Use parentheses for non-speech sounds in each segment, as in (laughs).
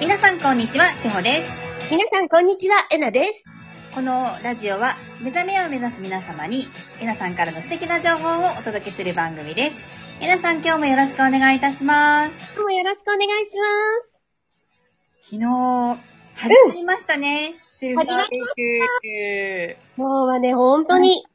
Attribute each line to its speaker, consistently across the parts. Speaker 1: 皆さんこんにちは、しほです。
Speaker 2: 皆さん、こんにちは。えなです。
Speaker 1: このラジオは目覚めを目指す皆様に、えなさんからの素敵な情報をお届けする番組です。えなさん今日もよろしくお願いいたします。
Speaker 2: どうもよろしくお願いします。
Speaker 1: 昨日、始まりましたね。セルフバーベキュー。
Speaker 2: 今日はね、本当に、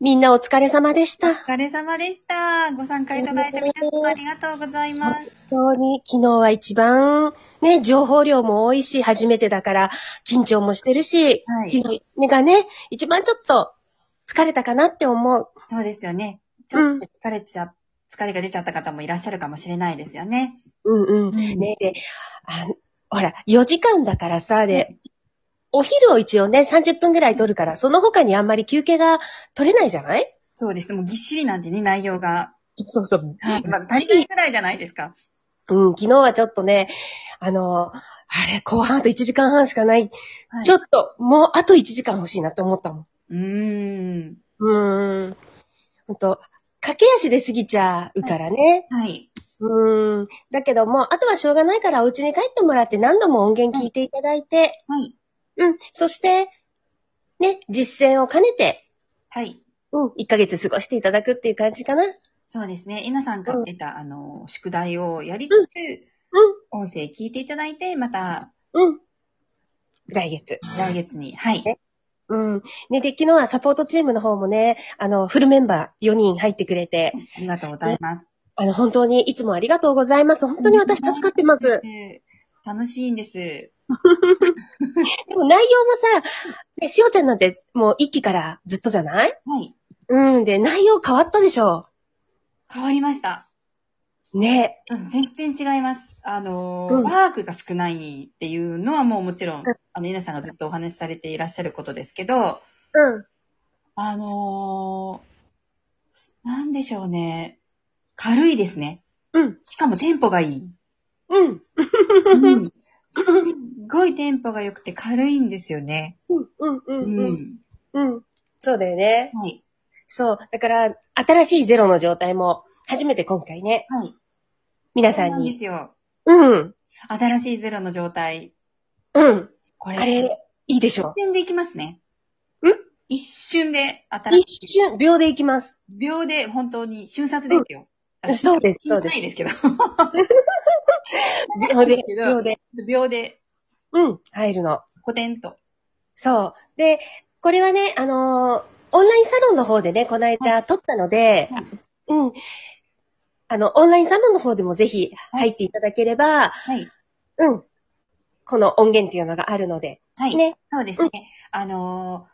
Speaker 2: みんなお疲れ様でした。
Speaker 1: お疲れ様でした。ご参加いただいた皆様ありがとうございます。
Speaker 2: 本当に、昨日は一番、ね、情報量も多いし、初めてだから、緊張もしてるし、
Speaker 1: はい
Speaker 2: 昨日がね、一番ちょっと、疲れたかなって思う。
Speaker 1: そうですよね。ちょっと疲れちゃ、疲れが出ちゃった方もいらっしゃるかもしれないですよね。
Speaker 2: うんうん。
Speaker 1: うん
Speaker 2: ね、で、あほら、4時間だからさ、で、お昼を一応ね、30分ぐらい取るから、その他にあんまり休憩が取れないじゃない
Speaker 1: そうです。もうぎっしりなんてね、内容が。
Speaker 2: そうそう。
Speaker 1: まあ、足りないくらいじゃないですか。
Speaker 2: うん、昨日はちょっとね、あの、あれ、後半あと1時間半しかない。
Speaker 1: はい
Speaker 2: ちょっと、もうあと1時間欲しいなと思ったもん。
Speaker 1: うーん。
Speaker 2: うーん。ほんと、駆け足で過ぎちゃうからね。
Speaker 1: はい。
Speaker 2: うーん。だけどもう、あとはしょうがないからお家に帰ってもらって何度も音源聞いていただいて、
Speaker 1: はい。
Speaker 2: うん。そして、ね、実践を兼ねて、
Speaker 1: はい。
Speaker 2: うん、1ヶ月過ごしていただくっていう感じかな。うん。
Speaker 1: そうですね。えなさんから得た、あの、宿題をやりつつ、音声聞いていただいて、また
Speaker 2: うん。来月。
Speaker 1: 来月に、はい。
Speaker 2: うん。ね、で、昨日はサポートチームの方もね、あの、フルメンバー4人入ってくれて、
Speaker 1: ありがとうございます。
Speaker 2: あの、本当にいつもありがとうございます。本当に私助かってます。
Speaker 1: えー楽しいんです。
Speaker 2: でも内容もさ、ね、しおちゃんなんてもう一期からずっとじゃない
Speaker 1: はい。
Speaker 2: うん。で、内容変わったでしょ
Speaker 1: 変わりました。
Speaker 2: ね。
Speaker 1: うん全然違います。あの、
Speaker 2: うん
Speaker 1: ワークが少ないっていうのはもうもちろん、あの、えなさんがずっとお話しされていらっしゃることですけど、
Speaker 2: うん。
Speaker 1: あのーなんでしょうね。軽いですね。
Speaker 2: うん。
Speaker 1: しかもテンポがいい。
Speaker 2: うん。
Speaker 1: うんすっごいテンポが良くて軽いんですよね。
Speaker 2: うん。うん。う。
Speaker 1: うん
Speaker 2: うん。
Speaker 1: ん。
Speaker 2: うん。そうだよね。
Speaker 1: はい。
Speaker 2: そう。だから、新しいゼロの状態も、初めて今回ね、
Speaker 1: はい。
Speaker 2: 皆さ
Speaker 1: そ
Speaker 2: ん
Speaker 1: うなんで
Speaker 2: に。
Speaker 1: すよ。
Speaker 2: うん。
Speaker 1: 新しいゼロの状態。
Speaker 2: うん。
Speaker 1: これ、
Speaker 2: あれ、いいでしょ
Speaker 1: 一瞬でいきますね。
Speaker 2: ん
Speaker 1: 一瞬で新しい。
Speaker 2: 一瞬、秒でいきます。
Speaker 1: 秒で本当に瞬殺ですよ。。
Speaker 2: うんそうですそうです
Speaker 1: ないですけど。
Speaker 2: 秒で、
Speaker 1: けど (laughs)
Speaker 2: 秒で。
Speaker 1: 秒で、
Speaker 2: うん、入るの。
Speaker 1: コテンと。
Speaker 2: そう。で、これはね、あのーオンラインサロンの方でね、この間撮ったので、
Speaker 1: はい
Speaker 2: うん。あの、オンラインサロンの方でもぜひ入っていただければ、
Speaker 1: はい。
Speaker 2: うん。この音源っていうのがあるので、
Speaker 1: はい。
Speaker 2: ね。
Speaker 1: そうですね。あのー、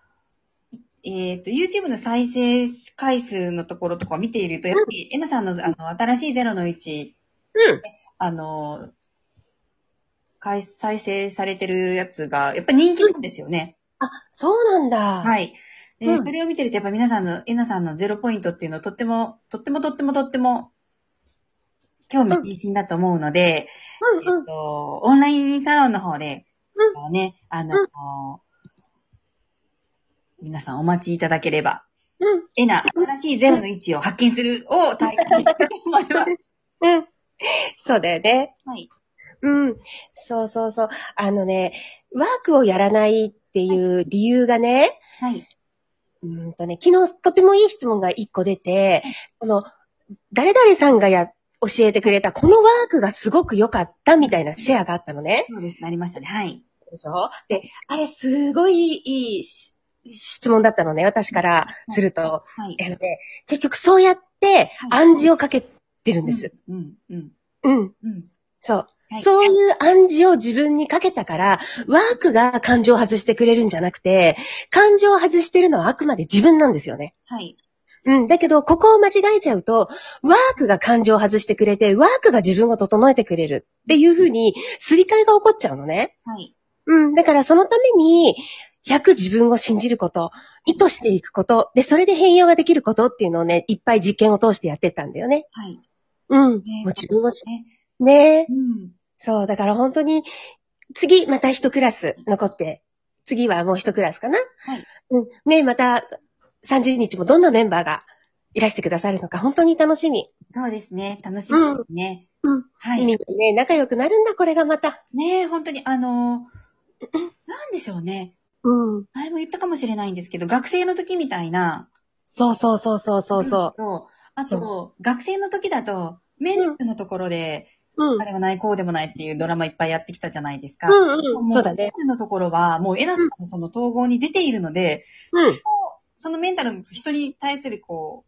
Speaker 1: えっ、と、YouTube の再生回数のところとか見ていると、やっぱり、えなさんの、あの、新しいゼロの1、
Speaker 2: うん。
Speaker 1: あのー、回再生されてるやつが、やっぱり人気なんですよね。
Speaker 2: そうなんだ。い。
Speaker 1: はい。で、
Speaker 2: うん
Speaker 1: それを見てると、やっぱ皆さんの、えなさんのゼロポイントっていうのをとっても、とってもとってもとっても、興味津々だと思うので、
Speaker 2: うん
Speaker 1: えっと、オンラインサロンの方で、ね、あの、
Speaker 2: う
Speaker 1: 皆さんお待ちいただければ、
Speaker 2: うん。
Speaker 1: えな、新しいゼロの位置を発見するを体験したいと思います。
Speaker 2: うん。うん。そうだよね。
Speaker 1: はい。
Speaker 2: うん。そうそうそう。あのね、ワークをやらないっていう理由がね、
Speaker 1: はい。
Speaker 2: うーんとね、昨日とてもいい質問が一個出て、この、誰々さんがや、教えてくれた、このワークがすごく良かったみたいなシェアがあったのね。
Speaker 1: そうです。なりましたね。はい。
Speaker 2: でしょで、あれすごいいいし質問だったのね、私からすると。
Speaker 1: はい。
Speaker 2: あのね結局そうやって
Speaker 1: はい
Speaker 2: 暗示をかけてるんです。
Speaker 1: うん、うん、
Speaker 2: うん。
Speaker 1: うん。
Speaker 2: そう。
Speaker 1: はい
Speaker 2: そういう暗示を自分にかけたから、ワークが感情を外してくれるんじゃなくて、感情を外してるのはあくまで自分なんですよね。
Speaker 1: はい。
Speaker 2: うん、だけど、ここを間違えちゃうと、ワークが感情を外してくれて、ワークが自分を整えてくれるっていうふうに、すり替えが起こっちゃうのね。
Speaker 1: はい。
Speaker 2: うん、だからそのために、100自分を信じること、意図していくこと、で、それで変容ができることっていうのをね、いっぱい実験を通してやってたんだよね。
Speaker 1: はい。
Speaker 2: うん。も
Speaker 1: ね
Speaker 2: う自分をし、
Speaker 1: ね。
Speaker 2: ね
Speaker 1: うん。
Speaker 2: そう、だから本当に、次、また一クラス残って、次はもう一クラスかな。
Speaker 1: はい。
Speaker 2: うん。ね、また、30日もどんなメンバーがいらしてくださるのか、本当に楽しみ。
Speaker 1: そうですね。楽しみですね。
Speaker 2: うん。
Speaker 1: はい。
Speaker 2: みんなね、仲良くなるんだ、これがまた。
Speaker 1: ねえ、本当に、あのー、なんでしょうね。
Speaker 2: うん。
Speaker 1: 前も言ったかもしれないんですけど、学生の時みたいな。
Speaker 2: そうそうそうそうそうそ
Speaker 1: とあと、学生の時だと、メンクのところで、
Speaker 2: う。うん。う
Speaker 1: あ
Speaker 2: ん
Speaker 1: れもない、こうでもないっていうドラマいっぱいやってきたじゃないですか。
Speaker 2: うん。
Speaker 1: も
Speaker 2: そうだね。。
Speaker 1: メンクのところは、もうエナさんのその統合に出ているので、
Speaker 2: うん。
Speaker 1: そのメンタルの人に対するこ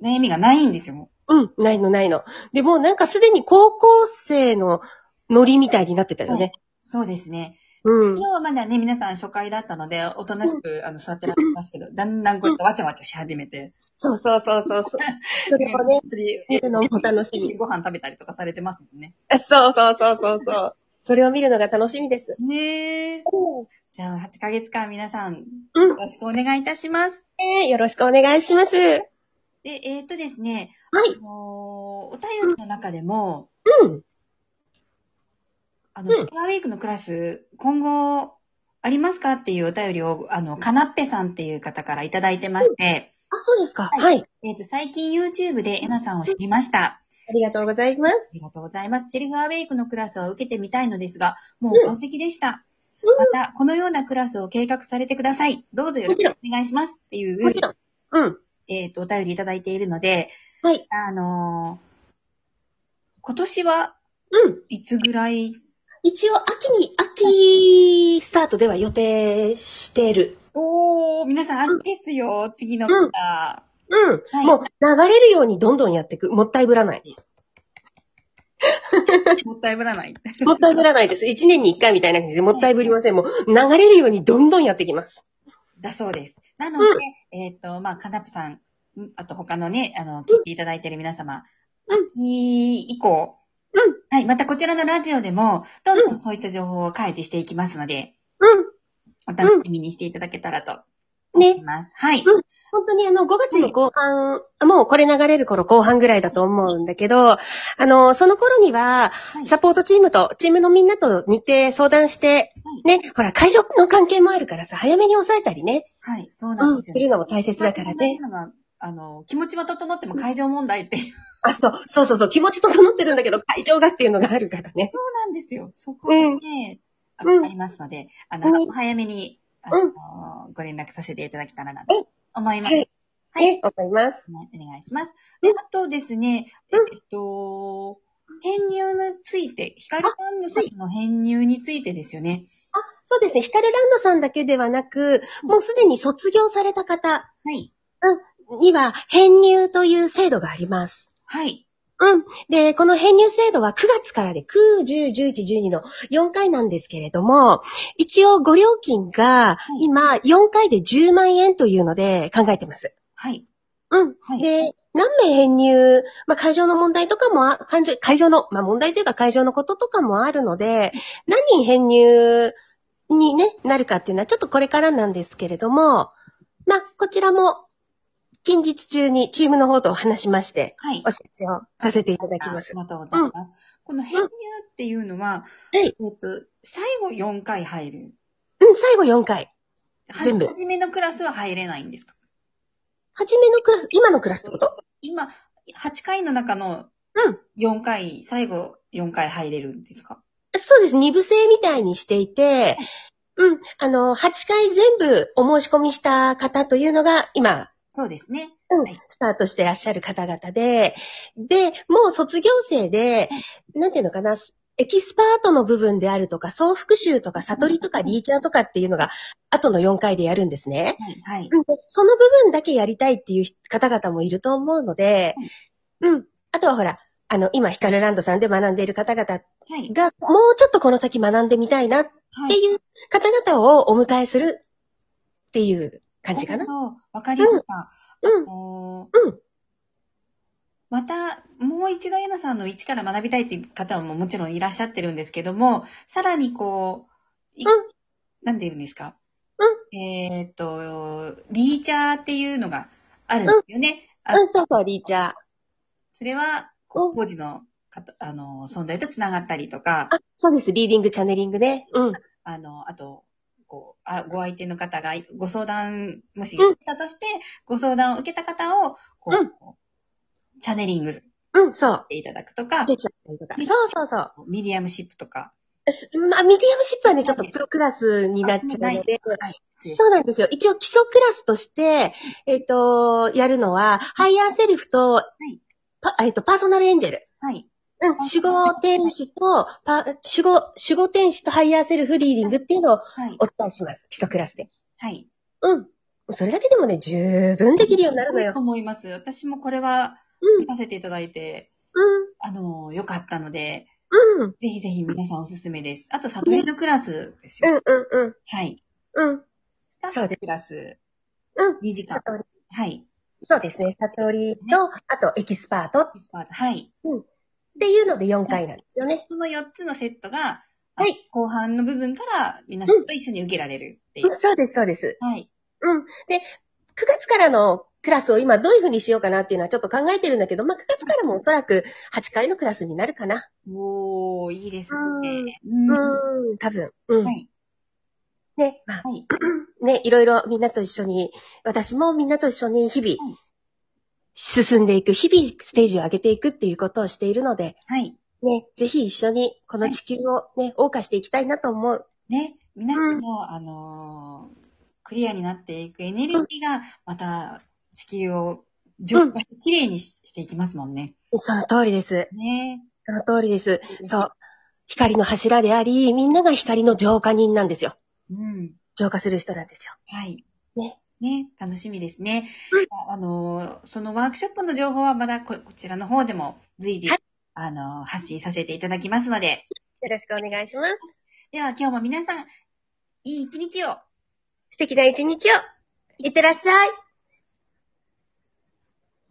Speaker 1: う、悩みがないんですよ。も
Speaker 2: うん。ないのないの。でもうなんかすでに高校生のノリみたいになってたよね。
Speaker 1: うそうですね。
Speaker 2: うん。
Speaker 1: 今日はまだね、皆さん初回だったので、おとなしく、あの、座ってらっしゃいますけど、だんだんこうやってわちゃわちゃし始めて。
Speaker 2: そうそうそうそうそう。それもね、
Speaker 1: 本当に
Speaker 2: 見るのも楽しみ。
Speaker 1: ご飯食べたりとかされてますもんね。
Speaker 2: (laughs) そうそうそうそうそう。それを見るのが楽しみです。
Speaker 1: ねえ。
Speaker 2: う
Speaker 1: じゃあ、8ヶ月間皆さん、
Speaker 2: ん
Speaker 1: よ。ろしくお願いいたします。
Speaker 2: えーよろしくお願いします。はい。
Speaker 1: で、えーっとですね、
Speaker 2: はい
Speaker 1: あのーお便りの中でも、
Speaker 2: うん。
Speaker 1: あの、
Speaker 2: うん
Speaker 1: スペアウィークのクラス、今後、ありますかっていうお便りを、あの、かなっぺさんっていう方からいただいてまして、
Speaker 2: あ、そうですか。はい。
Speaker 1: えーっと、最近 YouTube でえなさんを知りました。
Speaker 2: ありがとうございま
Speaker 1: あ
Speaker 2: す。
Speaker 1: りがとうございます。セルフアウェイクのクラスを受けてみたいのですが、も
Speaker 2: う
Speaker 1: うん満席でした。
Speaker 2: うん
Speaker 1: また、このようなクラスを計画されてください。どうぞよろしくお願いします。ってい
Speaker 2: も
Speaker 1: う
Speaker 2: ち、ろん。うん。
Speaker 1: えっ、と、お便りいただいているので、
Speaker 2: はい。
Speaker 1: あのー今年は
Speaker 2: うん。
Speaker 1: いつぐらい
Speaker 2: 一応、秋に、秋スタートでは予定してる。
Speaker 1: おー、皆さん、秋ですよ、次の方。
Speaker 2: うん。
Speaker 1: はい
Speaker 2: もう、流れるようにどんどんやっていく。もったいぶらない。
Speaker 1: もったいぶらない。
Speaker 2: もったいぶらないです。一年に一回みたいな感じで、もったいぶりません。もう、流れるようにどんどんやっていきます。
Speaker 1: (laughs) だそうです。なので、えっ、と、まあ、かなぷさん、うんあと他のね、あの、聞いていただいている皆様、
Speaker 2: うん
Speaker 1: 秋以降、
Speaker 2: うん
Speaker 1: はい、またこちらのラジオでも、どんどんそういった情報を開示していきますので、
Speaker 2: うん。
Speaker 1: お楽しみにしていただけたらと思
Speaker 2: ね
Speaker 1: います。はい。
Speaker 2: うん本当にあの、5月の後半、もうこれ流れる頃後半ぐらいだと思うんだけど、あの、その頃には、
Speaker 1: はい
Speaker 2: サポートチームと、チームのみんなと日程相談して、ね、ほら、会場の関係もあるからさ、早めに抑えたりね、
Speaker 1: はい、そうな
Speaker 2: うんん、
Speaker 1: です
Speaker 2: す
Speaker 1: よね。
Speaker 2: るのも大切だからね。
Speaker 1: まあ。そんなのがあの、気持ちは整っても会場問題っていう。そ
Speaker 2: あ、そう、そうそうそう、気持ち整ってるんだけど、会場がっていうのがあるからね。
Speaker 1: うなんですよ。そこで、ねあの
Speaker 2: うん
Speaker 1: ありますので、あ
Speaker 2: うん
Speaker 1: の、お早めに、あの、ご連絡させていただけたらなと思います。
Speaker 2: はい
Speaker 1: はい
Speaker 2: ね、わかります。
Speaker 1: お願いします。で、
Speaker 2: う
Speaker 1: あとですね、え
Speaker 2: うん
Speaker 1: っと、編入について、光ファンドさんの編入についてですよね。
Speaker 2: そうですね、ヒカルランドさんだけではなく、もうすでに卒業された方
Speaker 1: はい。
Speaker 2: には、編入という制度があります。
Speaker 1: はい。
Speaker 2: うん。で、この編入制度は9月からで9、10、11、12の4回なんですけれども、一応ご料金が
Speaker 1: い
Speaker 2: 今4回で10万円というので考えてます。
Speaker 1: はい。
Speaker 2: うん。
Speaker 1: はい。
Speaker 2: で、何名編入、まあ、会場の問題とかもあ、会場会場の、まあ、問題というか会場のこととかもあるので、何人編入に、ね、なるかっていうのはちょっとこれからなんですけれども、まあ、こちらも近日中にチームの方と話しまして、
Speaker 1: はい。
Speaker 2: お知らせをさせていただきます。
Speaker 1: ありがとうございます。この編入っていうのは、
Speaker 2: は
Speaker 1: え
Speaker 2: い
Speaker 1: っと、最後4回入る。
Speaker 2: うん、最後4回。全部
Speaker 1: 初めのクラスは入れないんですか
Speaker 2: 初めのクラス、今のクラスってこと
Speaker 1: 今、8回の中の
Speaker 2: うん
Speaker 1: 4回、最後4回入れるんですか
Speaker 2: そうです。二部制みたいにしていて、うん、あの、8回全部お申し込みした方というのが、今、
Speaker 1: そうですね。
Speaker 2: うん
Speaker 1: はい
Speaker 2: スタートしてらっしゃる方々で、で、もう卒業生で、なんていうのかな、エキスパートの部分であるとか、総復習とか、悟りとか、リーチャーとかっていうのが、後の4回でやるんですね。
Speaker 1: はい。はい。
Speaker 2: うんその部分だけやりたいっていう方々もいると思うので、うん。あとはほら、あの、今、ヒカルランドさんで学んでいる方々
Speaker 1: はい。
Speaker 2: が、もうちょっとこの先学んでみたいなって
Speaker 1: はい
Speaker 2: いう方々をお迎えするっていう感じかな。
Speaker 1: なるほどわかりました。
Speaker 2: うん。
Speaker 1: おー
Speaker 2: うん
Speaker 1: また、もう一度、エナさんの一から学びたいという方ももちろんいらっしゃってるんですけども、さらにこう、い
Speaker 2: うん
Speaker 1: なんて言うんですかえーっと、リーチャーっていうのがあるんですよね。あ
Speaker 2: うん、そうそう、リーチャー。
Speaker 1: それは、
Speaker 2: うん
Speaker 1: 工事の方、あの、存在とつながったりとか、
Speaker 2: あ、そうです、リーディング、チャネリングね。うん。
Speaker 1: あの、あと、こう、あご相手の方がご相談、もし
Speaker 2: うん
Speaker 1: 来たとして、ご相談を受けた方を、こう、チャネリング
Speaker 2: うん、そう。
Speaker 1: ていただくとか、
Speaker 2: そうそうそう。
Speaker 1: ミディアムシップとか。
Speaker 2: まあ、ミディアムシップはね、ちょっとプロクラスになっちゃうので、
Speaker 1: はい、
Speaker 2: そうなんですよ。一応基礎クラスとして、えっ、と、やるのは、ハイヤーセルフと、
Speaker 1: い
Speaker 2: パえっ、と、パーソナルエンジェル。
Speaker 1: はい。
Speaker 2: うん、
Speaker 1: パーソ
Speaker 2: 守
Speaker 1: ナル
Speaker 2: 護天使と、パ、守護、守護天使とハイヤーセルフリーディングっていうのを
Speaker 1: はい。
Speaker 2: お伝えします。基礎クラスで。
Speaker 1: はい。
Speaker 2: うん。それだけでもね、十分できるようになる
Speaker 1: す
Speaker 2: の
Speaker 1: ごい
Speaker 2: よ
Speaker 1: と。思います。私もこれは
Speaker 2: うん
Speaker 1: 見、させていただいて、あの、良かったので、
Speaker 2: うん、うん、
Speaker 1: ぜひぜひ皆さんおすすめです。あと、悟りのクラスです
Speaker 2: う
Speaker 1: よ。
Speaker 2: ん、うん、
Speaker 1: はい。
Speaker 2: うん、うん。
Speaker 1: が
Speaker 2: そうです
Speaker 1: クラス
Speaker 2: うん。
Speaker 1: 2時間。
Speaker 2: 悟り
Speaker 1: はい。
Speaker 2: そうですね。悟りと、あと、エキスパートっ
Speaker 1: エキスパートはい。
Speaker 2: ていうので4回なんですよね。
Speaker 1: その4つのセットが、あ
Speaker 2: はい
Speaker 1: 後半の部分から皆さんと一緒に受けられるっていう
Speaker 2: うん。そうです、そうです。
Speaker 1: はい。
Speaker 2: うん。で、9月からのクラスを今どういうふうにしようかなっていうのはちょっと考えてるんだけど、まあ、9月からもおそらく8回のクラスになるかな。
Speaker 1: おー、いいですね。う
Speaker 2: うん
Speaker 1: は
Speaker 2: ん、多分。うん。
Speaker 1: い。
Speaker 2: ね、まあ、
Speaker 1: はい。
Speaker 2: ね、いろいろみんなと一緒に、私もみんなと一緒に日
Speaker 1: うん
Speaker 2: 々、進んでいく、日々ステージを上げていくっていうことをしているので、
Speaker 1: はい。
Speaker 2: ね、ぜひ一緒にこの地球をね、謳歌していきたいなと思う。
Speaker 1: ね、皆さんの、あのークリアになっていくエネルギーが、また地球を
Speaker 2: うん
Speaker 1: きれいにししていきますもんね。
Speaker 2: その通りです。
Speaker 1: ね
Speaker 2: その通りです。そう。光の柱であり、みんなが光の浄化人なんですよ。
Speaker 1: うん。
Speaker 2: 浄化する人なんですよ。
Speaker 1: はい。
Speaker 2: ね。
Speaker 1: ね、楽しみですね
Speaker 2: うん。
Speaker 1: ああのーそのワークショップの情報はまだここちらの方でも随時、
Speaker 2: はい
Speaker 1: あのー発信させていただきますので、
Speaker 2: よろしくお願いします。
Speaker 1: では今日も皆さん、いい一日を
Speaker 2: 素敵な一日を。いってらっしゃい。